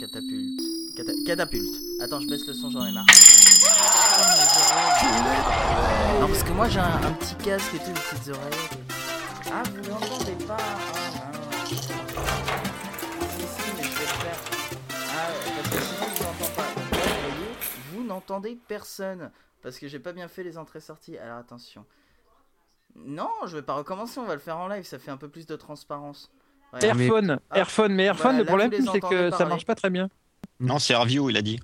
Catapulte. Cata- catapulte. Attends, je baisse le son, j'en ai marre. Non, parce que moi j'ai un, un petit casque et tout, des petites oreilles. Ah, vous l'entendez pas Ah, ah, ouais. Si, si, mais je vais le faire. Ah, parce que sinon je vous entends pas. Donc là, vous voyez, vous n'entendez personne. Parce que j'ai pas bien fait les entrées-sorties. Alors attention. Non, je vais pas recommencer, on va le faire en live, ça fait un peu plus de transparence. Ouais. Airphone, Ah. Airphone, mais Airphone, Bah, là, le problème vous les c'est entendez que ça parler. marche pas très bien. Non, c'est Airview, il a dit.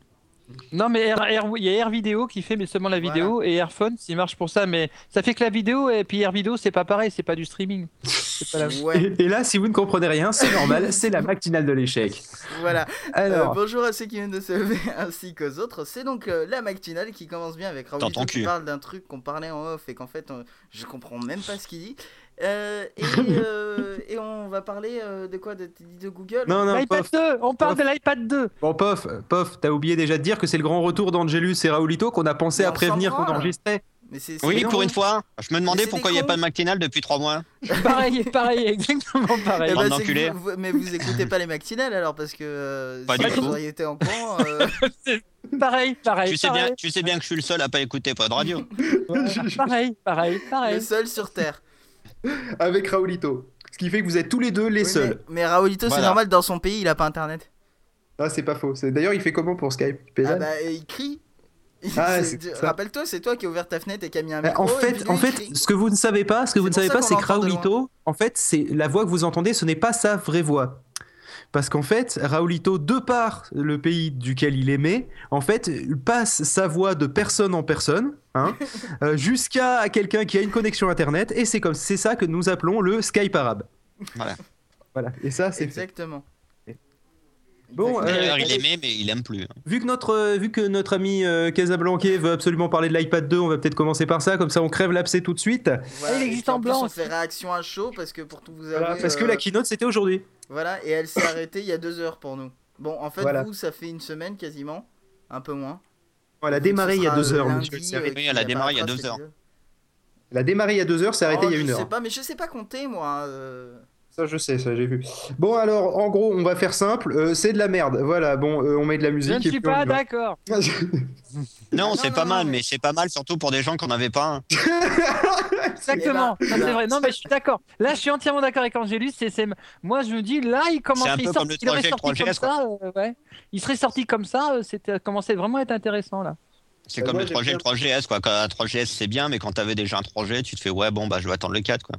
Non, mais Air, Air- il y a Air Vidéo qui fait mais seulement la Voilà. vidéo et Airphone, il marche pour ça, mais ça fait que la vidéo et puis Air Vidéo, c'est pas pareil, c'est pas du streaming. C'est pas la- Ouais, Et, et là, si vous ne comprenez rien, c'est normal, c'est la matinale de l'échec. voilà. Alors, Euh, bonjour à ceux qui viennent de se lever ainsi qu'aux autres. C'est donc euh, la matinale qui commence bien avec Raoul T'entends qui cul. parle d'un truc qu'on parlait en off et qu'en fait on- je comprends même pas ce qu'il dit. Euh, et, euh, et on va parler euh, de quoi de, de Google non, non, L'iPad pof. 2, on parle de l'iPad 2. Bon, pof, pof, t'as oublié déjà de dire que c'est le grand retour d'Angelus et Raoulito qu'on a pensé Mais à on s'en prévenir qu'on branle. enregistrait. Mais c'est, c'est Oui, énorme. pour une fois. Je me Mais demandais c'est pourquoi il des n'y a cons. pas de matinale depuis trois mois. pareil, pareil, exactement Eh ben, pareil. Bande c'est que d'enculés. vous- vous- mais vous écoutez pas les matinales alors parce que euh, Pas si du vous tout. auriez été en courant. euh, Pareil, Ah, pareil, ben, Tu sais, pareil, bien, tu sais bien que je suis le seul à pas écouter pas de radio. pareil, pareil, le pareil. seul sur Terre. Avec Raoulito. Ce qui fait que vous êtes tous les deux les Oui, Mais, mais Raoulito, c'est Voilà. normal, dans son pays, il a pas internet. Ah, c'est pas faux. D'ailleurs, il fait comment pour Skype Ah bah, et il crie. Ah, C'est- c'est ça. Rappelle-toi, c'est toi qui as ouvert ta fenêtre et qui a mis un Euh, micro. en et puis fait, lui, en il fait, crie. ce que vous ne savez pas, ce que vous ne C'est savez pour pas, ça c'est que qu'on l'entend de Raoulito, en fait, c'est la voix que vous entendez, ce n'est pas sa vraie voix. Parce qu'en fait, Raoulito, de par le pays duquel il aimait, en fait, passe sa voix de personne en personne, hein, euh, jusqu'à quelqu'un qui a une connexion internet, et c'est comme c'est ça que nous appelons le Skype arabe. Voilà. Voilà. Et ça, c'est fait. Exactement. Bon, Exactement. D'ailleurs, il allez. aimait, mais il aime plus. hein. vu que notre euh, vu que notre ami euh, Casablanquais veut absolument parler de l'iPad 2, on va peut-être commencer par ça, comme ça on crève l'abcès tout de suite. Voilà, il et existe puis en plus, blanc On fait réaction à chaud parce que pour tout vous avouer. Voilà, parce que euh, la keynote c'était aujourd'hui. Voilà, et elle s'est arrêtée il y a deux heures pour nous. Bon, en fait, Voilà. vous, ça fait une semaine quasiment. Un peu moins. Elle a démarré il y a deux heures, donc donc je le savais. Oui, elle a démarré il y a deux heures. Elle a démarré il y a deux heures, s'est arrêtée il y a une Oh, je heure. sais pas, mais je sais pas compter moi. euh. Ça, je sais, ça, j'ai vu. Bon, alors, en gros, on va faire simple. euh, c'est de la merde. Voilà, bon, euh, on met de la Je musique. ne et suis puis on pas y va. d'accord. Eh Non, non, c'est non, pas non, mal, mais- mais c'est pas mal surtout pour des gens qu'on n'avait pas. hein. Exactement, Eh ben, ça, eh ben. c'est vrai. Non, mais je suis d'accord. Là, je suis entièrement d'accord avec Angelus. C'est, c'est- Moi, je me dis, là, il commence. C'est un il peu sort- comme le il aurait 3G, sorti le 3G, comme ça. euh, ouais. Il serait sorti comme ça. euh, c'était ça commençait vraiment à être intéressant là. C'est Bah, comme moi, le 3G, j'ai le 3GS, quoi. Quand la 3GS, c'est bien, mais quand t'avais déjà un 3G, tu te fais, ouais, bon, bah, je vais attendre le 4, quoi.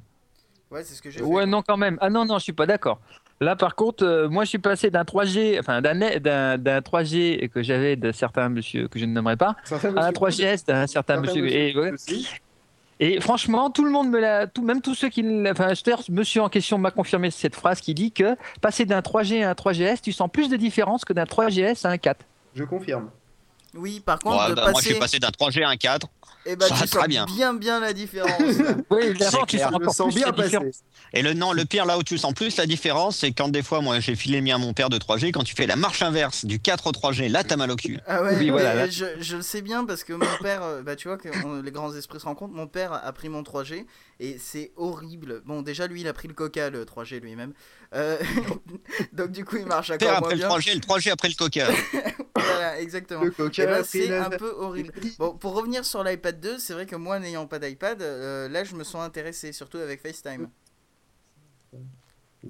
Ouais, c'est ce que j'ai Ouais, fait. non, quand même. Ah non, non, je suis pas d'accord. Là, par contre, euh, moi, je suis passé d'un 3G, enfin d'un, d'un, d'un 3G que j'avais de certains monsieur que je ne nommerai pas, à un 3GS d'un certain monsieur. Et, ouais. Et franchement, tout le monde me l'a, tout, même tous ceux qui, l'- enfin, je veux dire, ce monsieur en question m'a confirmé cette phrase qui dit que passer d'un 3G à un 3GS, tu sens plus de différence que d'un 3GS à un 4. Je confirme. Oui, par contre, Ouais, de bah, Moi, je passer. suis passé d'un 3G à un 4. eh ben, Ça tu va sens très bien. bien, bien la différence. là. Oui, évidemment, C'est tu clair. sens Je le encore sens plus bien la différence. passer. Et le, non, le pire là où tu sens plus la différence, c'est quand des fois, moi j'ai filé le mien à mon père de 3G, quand tu fais la marche inverse du 4 au 3G, là t'as mal au cul. Ah ouais, Oui, mais voilà, là- je, je le sais bien parce que mon père, euh, bah, tu vois, que on- les grands esprits se rencontrent, mon père a pris mon 3G et c'est horrible. Bon, déjà, lui, il a pris le coca, le 3G lui-même. Euh, donc, du coup, il marche Père encore moins après le bien. 3G, le 3G après le coca. Voilà, exactement. Le Eh coca, ben, la c'est prise, un peu horrible. Bon, pour revenir sur l'iPad 2, c'est vrai que moi, n'ayant pas d'iPad, euh, là, je me sens intéressé, surtout avec FaceTime.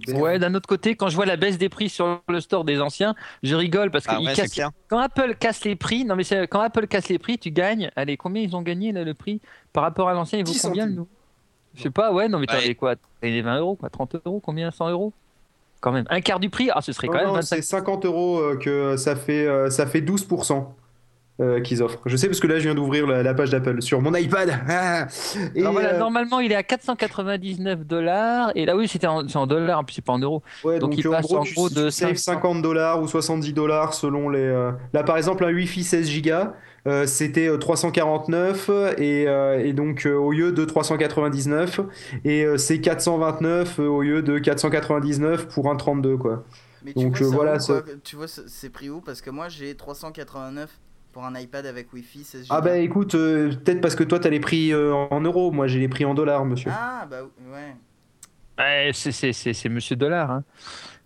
Ouais, d'un autre côté, quand je vois la baisse des prix sur le store des anciens, je rigole parce que Ah ils ouais, c'est cassent- clair. quand Apple casse les prix, non mais c'est- quand Apple casse les prix, tu gagnes. Allez, combien ils ont gagné là, le prix par rapport à l'ancien Il vaut 10 combien le centimes. nouveau Je sais pas, ouais, non mais t'as Ouais. des quoi T'as des 20 euros, quoi, 30 euros, combien 100 euros Quand même, un quart du prix. Ah, ce serait quand Non, même Oh non, 25. c'est 50 euros euh, que ça fait, euh, ça fait 12% euh, qu'ils offrent. Je sais parce que là, je viens d'ouvrir la, la page d'Apple sur mon iPad. Ah et, Alors voilà, euh, normalement il est à 499 dollars et là oui c'était en, c'est en dollars, en plus, c'est pas en euros. Ouais, Donc, donc, il en passe gros, en tu, gros tu de saves 500. 50 dollars ou 70 dollars selon les. euh, Là, par exemple, un Wi-Fi 16 Go, euh, c'était euh, 349 et, euh, et donc euh, au lieu de 399 et euh, c'est 429 euh, au lieu de 499 pour un 32 quoi. Mais Donc, tu vois, euh, ça voilà, vaut quoi tu vois ce- c'est pris où Parce que moi, j'ai 389 pour un iPad avec Wi-Fi. 16 Ah gigas. bah écoute, euh, peut-être parce que toi t'as les prix euh, en euros, moi j'ai les prix en dollars, monsieur. Ah, bah ouais. Ouais, c'est- c'est c'est- c'est Monsieur Dollar. hein.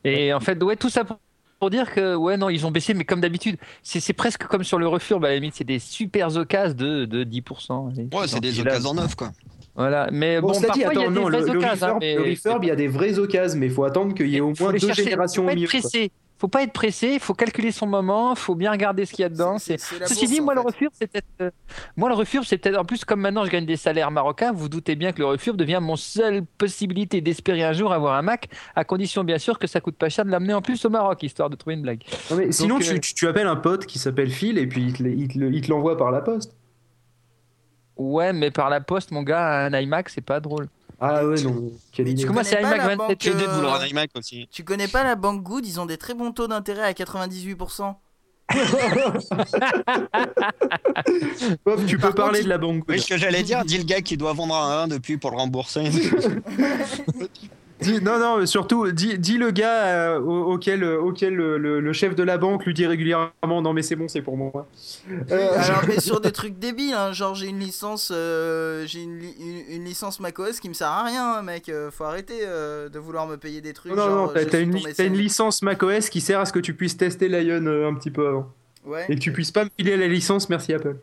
Et en fait, ouais, tout ça pour pour dire que, ouais, non, ils ont baissé, mais comme d'habitude, c'est c'est presque comme sur le refurb, à la limite, c'est des super occasions de, de 10%. allez. Ouais, c'est Donc, des il a- occasions en neuf, quoi. Voilà, mais bon, Bon, cela parfois, dit, il y attends, a des non, le, vraies le occasions. hein, refurb, mais le refurb, il y a des vraies occasions, mais il faut attendre qu'il y ait au faut moins les deux chercher. générations faut au pas milieu. être pressé. Faut pas être pressé, faut calculer son moment, faut bien regarder ce qu'il y a dedans. C'est la Ceci bourse, dit, en moi le, fait. refurb, c'est peut-être, euh, moi, le refurb, c'est peut-être. En plus, comme maintenant je gagne des salaires marocains, vous doutez bien que le refurb devient mon seule possibilité d'espérer un jour avoir un Mac, à condition bien sûr que ça coûte pas cher de l'amener en plus au Maroc, histoire de trouver une blague. Non, mais sinon, Donc, euh, tu, tu- tu appelles un pote qui s'appelle Phil et puis il te, le- il te le- il te l'envoie par la poste. Ouais, mais par la poste, mon gars, un iMac, c'est pas drôle. Ah ouais, non. Quelle Mais tu idée. connais Comment c'est pas iMac la 27 banque, J'ai J'ai euh, idée de vouloir un iMac aussi. Tu connais pas la banque Good, ils ont des très bons taux d'intérêt à 98%. Pauvre, tu Par peux parler contre, de la banque. Oui, ce que j'allais dire, dis le gars qui doit vendre un 1 depuis pour le rembourser. Dis- non, non, mais surtout, dis, dis le gars euh, au- auquel, euh, auquel le, le- le chef de la banque lui dit régulièrement Non, mais c'est bon, c'est pour moi. Euh, Alors, mais sur des trucs débiles, hein, genre j'ai une licence, euh, j'ai une, li- une- une licence macOS qui me sert à rien, hein, mec. euh, faut arrêter euh, de vouloir me payer des trucs. non, non, genre, t'as je t'as suis une, ton t'as une mécène. licence macOS qui sert à ce que tu puisses tester Lion euh, un petit peu avant. Ouais. Et que tu puisses pas me filer la licence, merci Apple.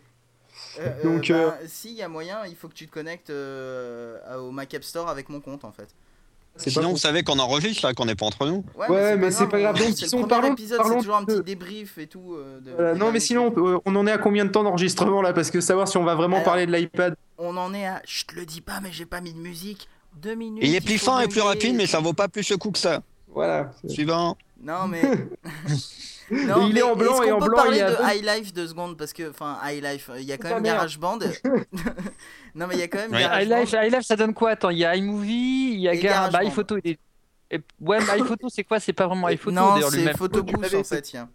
Euh, Donc, euh, euh, bah, si, il y a moyen, il faut que tu te connectes euh, à- au Mac App Store avec mon compte en fait. C'est pas Sinon, faux. vous savez qu'on enregistre là, qu'on n'est pas entre nous. Ouais, mais c'est pas grave. on- Donc, c'est le disons, premier parlons- épisode, parlons c'est toujours un de- petit débrief et tout. euh, de- Voilà, des non, mais derniers sinon, trucs. on, on en est à combien de temps d'enregistrement là Parce que savoir si on va vraiment Alors- parler de l'iPad. on en est à. Je te le dis pas, mais j'ai pas mis de musique. Deux minutes. Il est plus faut fin et plus donner- rapide, mais ça vaut pas plus le coup que ça. Voilà. Suivant. Non, mais. Non, Et il est en blanc, est-ce et qu'on en peut blanc, parler il y a de deux- High Life deux secondes parce que, enfin, High Life, euh, il y a quand Ah, même merde. GarageBand. non, mais il y a quand même Ouais. GarageBand. Ah, iLife, iLife, ça donne quoi Attends, il y a iMovie, il y a Et Gar- bah, GarageBand. iPhoto. il est- et- Ouais, mais iPhoto, c'est quoi C'est pas vraiment iPhoto non, d'ailleurs c'est lui-même. Photobooth en l'avais fait, tiens.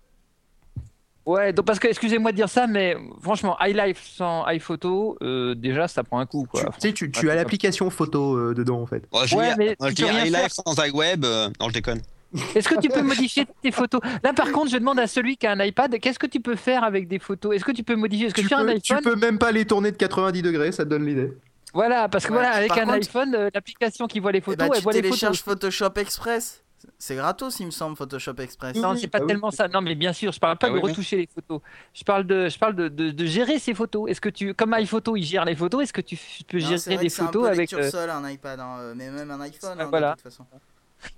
Ouais, donc parce que excusez-moi de dire ça, mais franchement, iLife sans iPhoto, euh, déjà ça prend un coup quoi. Tu sais, tu, tu as l'application photo euh, dedans en fait. Bon, je Ouais, dis- mais moi, je tu dis peux rien iLife sans iWeb. euh, Non, je déconne. Est-ce que tu peux modifier tes photos Là par contre, je demande à celui qui a un iPad, qu'est-ce que tu peux faire avec des photos Est-ce que tu peux modifier Est-ce que Tu sur un peux, tu iPhone peux même pas les tourner de 90 degrés, ça te donne l'idée. Voilà, parce que Ouais. voilà, avec Par un contre- iPhone, euh, l'application qui voit les Et photos, bah, elle tu voit les télécharges photos. Photoshop Express. C'est gratos, il me semble, Photoshop Express. Non, c'est Ah pas oui. tellement ça. Non, mais bien sûr, je parle pas Ah de oui, oui. retoucher les photos. Je parle de, je parle de, de, de gérer ces photos. Est-ce que tu, comme iPhoto, il gère les photos, est-ce que tu f- peux Non, c'est gérer vrai des que c'est un photos peu avec lecture euh, seule, un iPad, hein, euh, mais même un iPhone, Ouais, hein, voilà. de toute façon.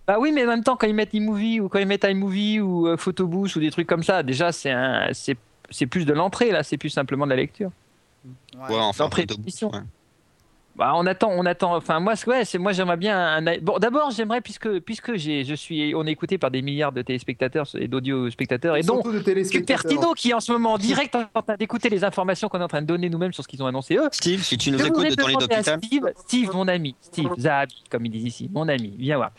Bah oui, mais en même temps, quand ils mettent iMovie ou quand ils mettent iMovie ou euh, Photobooth ou des trucs comme ça, déjà c'est un, c'est c'est plus de l'entrée là, c'est plus simplement de la lecture. Ouais. Ouais, enfin, Après, de- émission. ouais. Bah on attend, on attend. Enfin moi, c'est- ouais, c'est moi j'aimerais bien un. i- Bon d'abord j'aimerais puisque puisque j'ai, je suis, on est écouté par des milliards de téléspectateurs et d'audio spectateurs et donc Surtout de super téléspectateurs. Tino qui est en ce moment en direct en train d'écouter les informations qu'on est en train de donner nous-mêmes sur ce qu'ils ont annoncé eux. Steve, si tu Je nous écoutes voudrais de ton lit demander à d'hôpital, Steve, Steve, mon ami, Steve Zahabi, comme ils disent ici, mon ami, viens voir.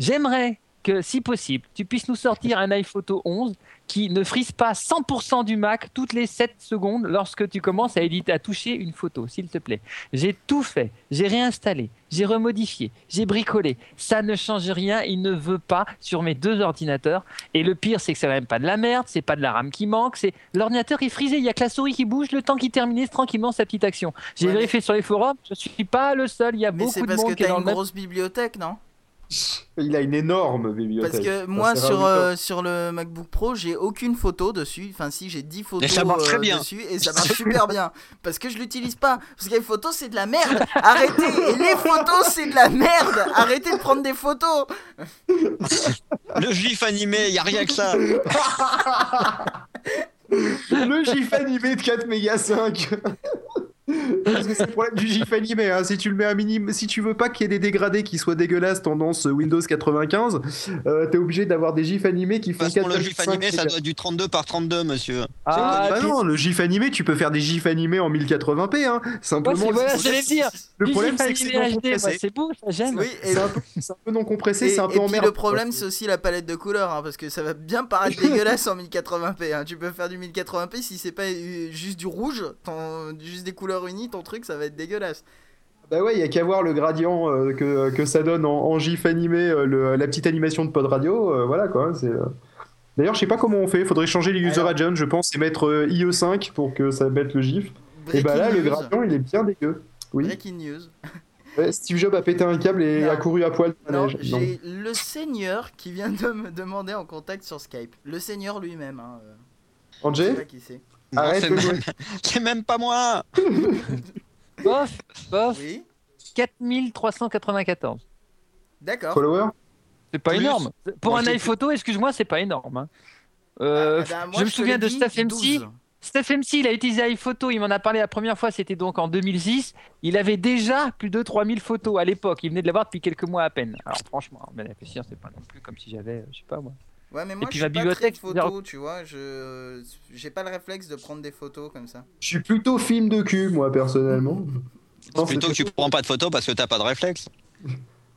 J'aimerais que, si possible, tu puisses nous sortir un iPhoto 11 qui ne frise pas 100% du Mac toutes les 7 secondes lorsque tu commences à éditer, à toucher une photo, s'il te plaît. J'ai tout fait, j'ai réinstallé, j'ai remodifié, j'ai bricolé. Ça ne change rien, il ne veut pas sur mes deux ordinateurs. Et le pire, c'est que c'est même pas de la merde, c'est pas de la RAM qui manque, c'est l'ordinateur est frisé, il y a que la souris qui bouge, le temps qui termine tranquillement sa petite action. J'ai Ouais, mais- vérifié sur les forums, je suis pas le seul, il y a Mais beaucoup c'est de parce que monde qui est t'as dans une le même. grosse bibliothèque, non Il a une énorme bibliothèque. Parce que Ça, moi, c'est sur, rare du euh, sur le MacBook Pro, j'ai aucune photo dessus. Enfin, si, j'ai 10 photos Et ça marche très euh, bien. dessus et ça marche super bien. Parce que je l'utilise pas. Parce que les photos, c'est de la merde. Arrêtez. Et les photos, c'est de la merde. Arrêtez de prendre des photos. le gif animé, y a rien que ça. temps. Le GIF animé de 4 méga 5. Parce que c'est le problème du GIF animé. hein. Si tu le mets à minimum, si tu veux pas qu'il y ait des dégradés qui soient dégueulasses tendance Windows 95, euh, t'es obligé d'avoir des GIFs animés qui font Parce que 4 le gif animé, ça doit être du 32 par 32, monsieur. Ah, bah puis- non, le GIF animé, tu peux faire des GIFs animés en 1080p. Hein. Ouais, Simplement, c'est- voilà, j'allais dire. le Puis problème, j'ai c'est pas que c'est aimé non HD, moi, compressé. c'est beau, ça j'aime. Oui, et, C'est un, peu- c'est un peu non compressé, et- c'est un peu et puis emmerdant. le problème, c'est aussi la palette de couleurs. hein, parce que ça va bien paraître dégueulasse en 1080p. hein. Tu peux faire du 1080p si c'est pas euh, juste du rouge, ton- juste des couleurs unies. Ton truc, ça va être dégueulasse. Bah ouais, il y a qu'à voir le gradient euh, que, que ça donne en, en GIF animé, euh, le- la petite animation de pod radio, euh, voilà quoi. c'est, euh. D'ailleurs, je sais pas comment on fait, faudrait changer les user Alors. agents, je pense, et mettre euh, IE5 pour que ça mette le GIF. et bah là, Breaking le news. gradient, il est bien dégueu. Oui. Breaking news. Ouais, Steve Jobs a pété un câble et Non. a couru à poil. dans la Non, neige. Non. j'ai le seigneur qui vient de me demander en contact sur Skype. Le seigneur lui-même. Hein. euh, Je sais pas Angé, qui c'est. Non, Arrête c'est de même- jouer. c'est même pas moi. Bof, bof, Oui, 4394. d'accord. follower C'est pas Plus. énorme. Pour Moi, un j'ai- iPhoto, photo, excuse-moi, c'est pas énorme. hein. Euh, Ah, bah, moi, je me te souviens l'ai de dit, Steph MC. 12. Steph MC, il a utilisé iPhoto, il m'en a parlé la première fois, c'était donc en 2006. Il avait déjà plus de 3000 photos à l'époque, il venait de l'avoir depuis quelques mois à peine. Alors franchement, ben, la question, c'est pas non plus comme si j'avais, euh, je sais pas moi. Ouais, mais moi, Et puis je ma suis pas très bibliothèque, photo, tu vois. Je j'ai pas le réflexe de prendre des photos comme ça. Je suis plutôt film de cul, moi, personnellement. Non, Plutôt que c'est- tu prends pas de photos parce que t'as pas de réflexe.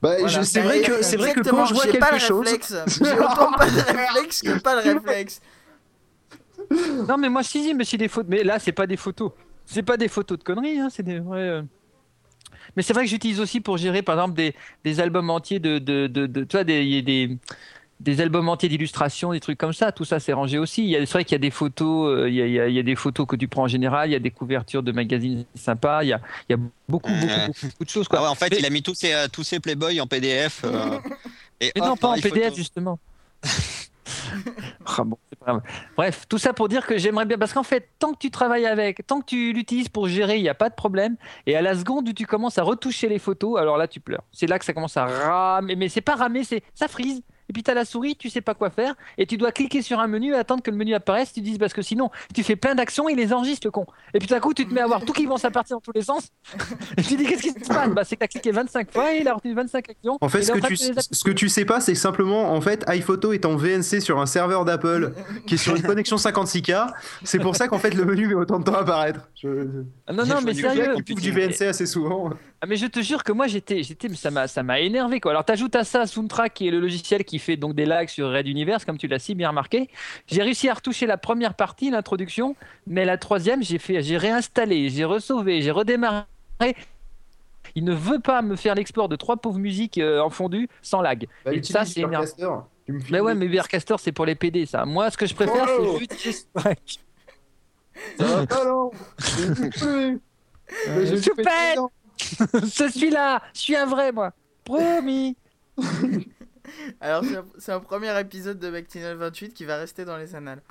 Bah, Voilà. je- c'est vrai que- c'est vrai que Exactement, quand je vois j'ai quelque pas le chose- réflexe. J'ai autant pas de réflexe que pas le réflexe. Non mais moi si, si, mais c'est des photos, mais là c'est pas des photos. C'est pas des photos de conneries, hein, c'est des vrais... euh. Mais c'est vrai que j'utilise aussi pour gérer par exemple des, des albums entiers de... de, de, de- tu vois, des, des, des albums entiers d'illustrations, des trucs comme ça, tout ça c'est rangé aussi. Il y a- C'est vrai qu'il y a des photos, euh, il y a, il y a- il y a des photos que tu prends en général, il y a des couvertures de magazines sympas, il y a, il y a beaucoup, Ouais. beaucoup, beaucoup, beaucoup de choses. Quoi. Ah ouais, en fait, Mais- il a mis tous ses, euh, tous ses Playboy en PDF. euh, et Mais hop, hein, non, pas dans en les PDF photos. justement. Ah bon, c'est pas grave. Bref, tout ça pour dire que j'aimerais bien, parce qu'en fait, tant que tu travailles avec, tant que tu l'utilises pour gérer, il n'y a pas de problème. Et à la seconde où tu commences à retoucher les photos, alors là, tu pleures. C'est là que ça commence à ramer, mais c'est pas ramer, c'est ça frise. Et puis t'as la souris, tu sais pas quoi faire, et tu dois cliquer sur un menu, attendre que le menu apparaisse, tu te dises parce que sinon tu fais plein d'actions, il les enregistre le con. Et puis tout à coup tu te mets à voir tout qui commence à partir dans tous les sens. Et tu te dis qu'est-ce qui se passe Bah c'est que t'as cliqué 25 fois et il a retenu 25 actions. En fait, et ce là, que, après, tu, les as- ce que tu sais pas, c'est que simplement, en fait, iPhoto est en VNC sur un serveur d'Apple qui est sur une connexion 56K. C'est pour ça qu'en fait, le menu met autant de temps à apparaître. Je, Ah Non, J'ai non, mais choisi le sérieux. black en je trouve du Mais- VNC assez souvent. Bah, Ah, mais je te jure que moi j'étais, j'étais, mais ça m'a, ça m'a énervé quoi. Alors t'ajoutes à ça Soundtrack qui est le logiciel qui fait donc des lags sur Red Universe, comme tu l'as si bien remarqué. J'ai réussi à retoucher la première partie, l'introduction, mais la troisième j'ai fait, j'ai réinstallé, j'ai resauvé, j'ai redémarré. Il ne veut pas me faire l'export de trois pauvres musiques euh, en fondu sans lag. Bah, Et utilise ça, c'est énervant. Supercaster. Tu me files Mais ouais, des- mais Beercaster c'est pour les PD ça. Moi ce que je préfère Oh c'est utiliser Soundtrack. Ça va Ah pas, non Je suis plus. Mais je Euh, suis Choupette pété dedans. Je suis là, je suis un vrai moi, promis. Alors c'est un- c'est un premier épisode de Mactinal 28 qui va rester dans les annales.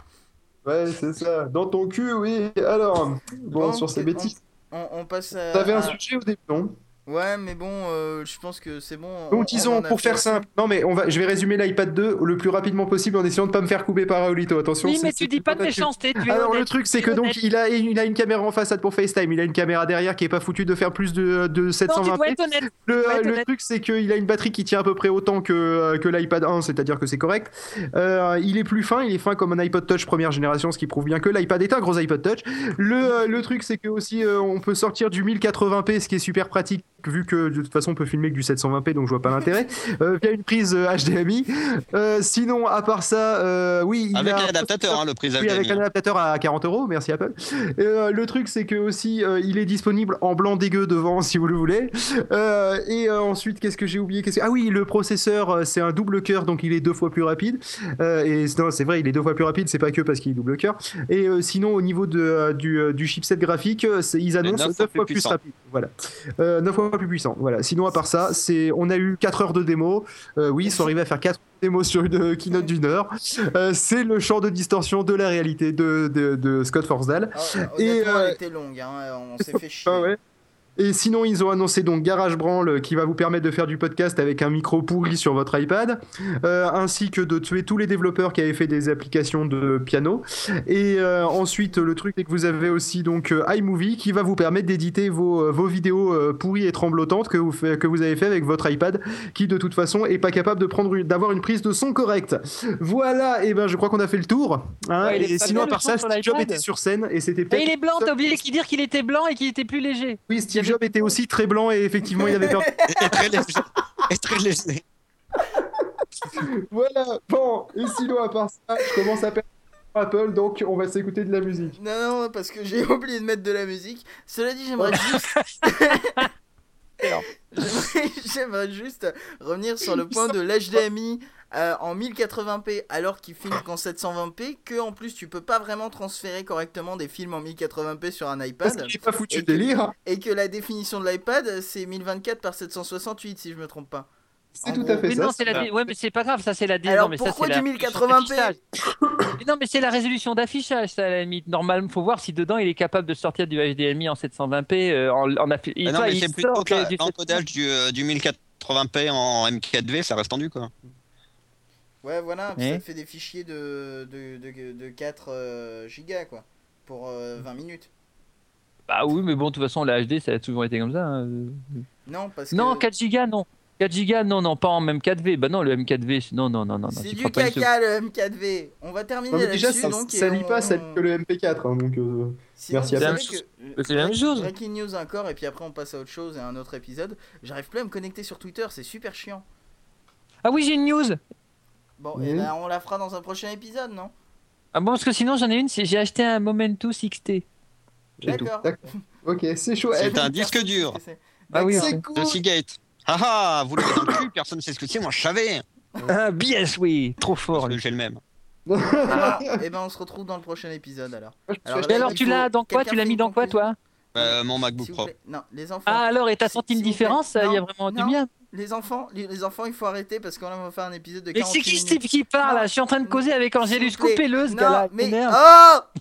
Ouais, c'est ça. Dans ton cul, oui. Alors, bon, Bon, sur ces on- bêtises, On, on passe à. t'avais un à- sujet au début, non Ouais, mais bon, euh, je pense que c'est bon. on- Donc, on disons, en a pour fait faire simple, non, mais on va, je vais résumer l'iPad 2 le plus rapidement possible en essayant de pas me faire couper par Raulito. Attention, Oui, c'est- mais tu c'est dis tout pas de là-dessus. méchanceté, tu es Alors le honnête. truc c'est tu que es donc honnête. il a, il a une caméra en façade pour FaceTime, il a une caméra derrière qui est pas foutue de faire plus de, de Non, tu 720 dois être honnête. Le, dois être le honnête. truc c'est qu'il a une batterie qui tient à peu près autant que, euh, que l'iPad 1, c'est-à-dire que c'est correct. Euh, il est plus fin, il est fin comme un iPod Touch première génération, ce qui prouve bien que l'iPad est un gros iPod Touch. Le, euh, le truc c'est que aussi euh, on peut sortir du 1080p, ce qui est super pratique vu que de toute façon on peut filmer que du 720p, donc je vois pas l'intérêt, euh, via une prise euh, HDMI. Euh, sinon à part ça, euh, oui, il Avec a- l'adaptateur, hein, le prise oui, avec HDMI. un adaptateur à 40 euros, merci Apple. Et, euh, le truc, c'est que aussi, euh, il est disponible en blanc dégueu devant, si vous le voulez. Euh, et euh, ensuite, qu'est-ce que j'ai oublié Qu'est-ce que- Ah oui, le processeur, euh, c'est un double cœur, donc il est deux fois plus rapide. Euh, et non, c'est vrai, il est deux fois plus rapide, c'est pas que parce qu'il est double cœur. Et euh, sinon, au niveau de, euh, du, euh, du chipset graphique, euh, c'est- ils annoncent neuf 9 fois fois, plus plus, puissant. rapide. Voilà, Euh, neuf fois plus puissant. Voilà. Sinon, à part ça, c'est on a eu 4 heures de démo. Euh, oui, ils sont arrivés à faire 4 démos sur une euh, keynote d'une heure. Euh, c'est le champ de distorsion de la réalité de, de, de Scott Forsdale. Ah, honnêtement, Et, euh, elle était longue, hein, on s'est fait chier. Ah ouais. Et sinon, ils ont annoncé donc GarageBranle euh, qui va vous permettre de faire du podcast avec un micro pourri sur votre iPad, euh, ainsi que de tuer tous les développeurs qui avaient fait des applications de piano. Et euh, ensuite, le truc, c'est que vous avez aussi donc euh, iMovie qui va vous permettre d'éditer vos, euh, vos vidéos euh, pourries et tremblotantes que vous, fait- que vous avez fait avec votre iPad, qui de toute façon est pas capable de prendre une- d'avoir une prise de son correcte. Voilà, et ben je crois qu'on a fait le tour. hein. Ouais, il est et pas sinon, bien, à le part son ça, sur Steve Jobs l'iPad. était sur scène et c'était Mais peut-être il est blanc, t'as oublié de dire qu'il était blanc et qu'il était plus léger. oui, Il y Steve avait- Jobs était aussi très blanc et effectivement, il avait perdu. Et très léger. Et très léger. Voilà, bon, et sinon, à part ça, je commence à perdre Apple, donc on va s'écouter de la musique. Non, non, parce que j'ai oublié de mettre de la musique. Cela dit, j'aimerais Oh. juste. J'aimerais- J'aimerais juste revenir sur le point de l'HDMI euh, en 1080p alors qu'ils filment qu'en 720p, que en plus tu peux pas vraiment transférer correctement des films en 1080p sur un Parce iPad, qu'il est pas foutu Et de hein. que- délire. et que la définition de l'iPad c'est 1024 par 768 si je me trompe pas. C'est tout à fait Mais ça. non, c'est la dé- ouais, mais c'est pas grave, ça c'est la dé- Alors non, mais ça, pourquoi du c'est la résolution 1080p d'affichage. Mais non, mais c'est la résolution d'affichage, ça à la limite. Normalement, faut voir si dedans il est capable de sortir du HDMI en 720p euh, en, en affi- il- Ah non, toi, mais il c'est sort plutôt que que du l'encodage du, euh, du 1080p en M4V, ça reste tendu quoi. Ouais, voilà, Eh ça te fait des fichiers de, de, de, de 4 euh, gigas quoi, pour euh, 20 minutes. Bah oui, mais bon, de toute façon, la HD, ça a toujours été comme ça. hein. Non, parce Non, que 4 Go, non. 4 Go, non, non, pas en même 4V. Bah non, le M4V, c'est- non, non, non, non. non, c'est du tu crois pas une seconde. caca le M4V. On va Non, terminer mais déjà, là-dessus. ça, donc, ça et lit on- pas celle que le MP4. hein, donc, euh, Sinon, Merci vous à vous. savez que- Mais c'est la même chose. Breaking news encore et puis après on passe à autre chose et à un autre épisode. J'arrive plus à me connecter sur Twitter, c'est super chiant. Ah oui, j'ai une news. Bon, Mhm. et ben, on la fera dans un prochain épisode, non Ah bon, parce que sinon, j'en ai une, c'est j'ai acheté un Momentus XT. C'est tout. D'accord. D'accord. ok, c'est chaud. C'est Eh, un disque dur. Qu'est-ce que c'est Ah oui, D'accord. c'est De cool. Seagate. Ah ah, vous l'avez dans le cul, personne ne sait ce que c'est, moi je savais. Ah, BS, oui, trop Parce fort. que lui. j'ai le même. Ah, et ben on se retrouve dans le prochain épisode alors. Alors, Et là, alors, il tu faut- l'as dans quoi quelqu'un Tu l'as fait mis une dans quoi, conclusion. toi Euh, mon MacBook S'il vous Pro. plaît. Non, les enfants. Ah, alors, et t'as senti S'il une vous plaît. différence Il y a Non, vraiment du non. bien. Les enfants, les, les enfants, il faut arrêter parce qu'on va faire un épisode de Mais 40 c'est qui ce minutes. type qui parle là Je suis en train de causer avec S'il Angélus. vous plaît. Coupez-le, ce Non, gars-là. mais Merde. oh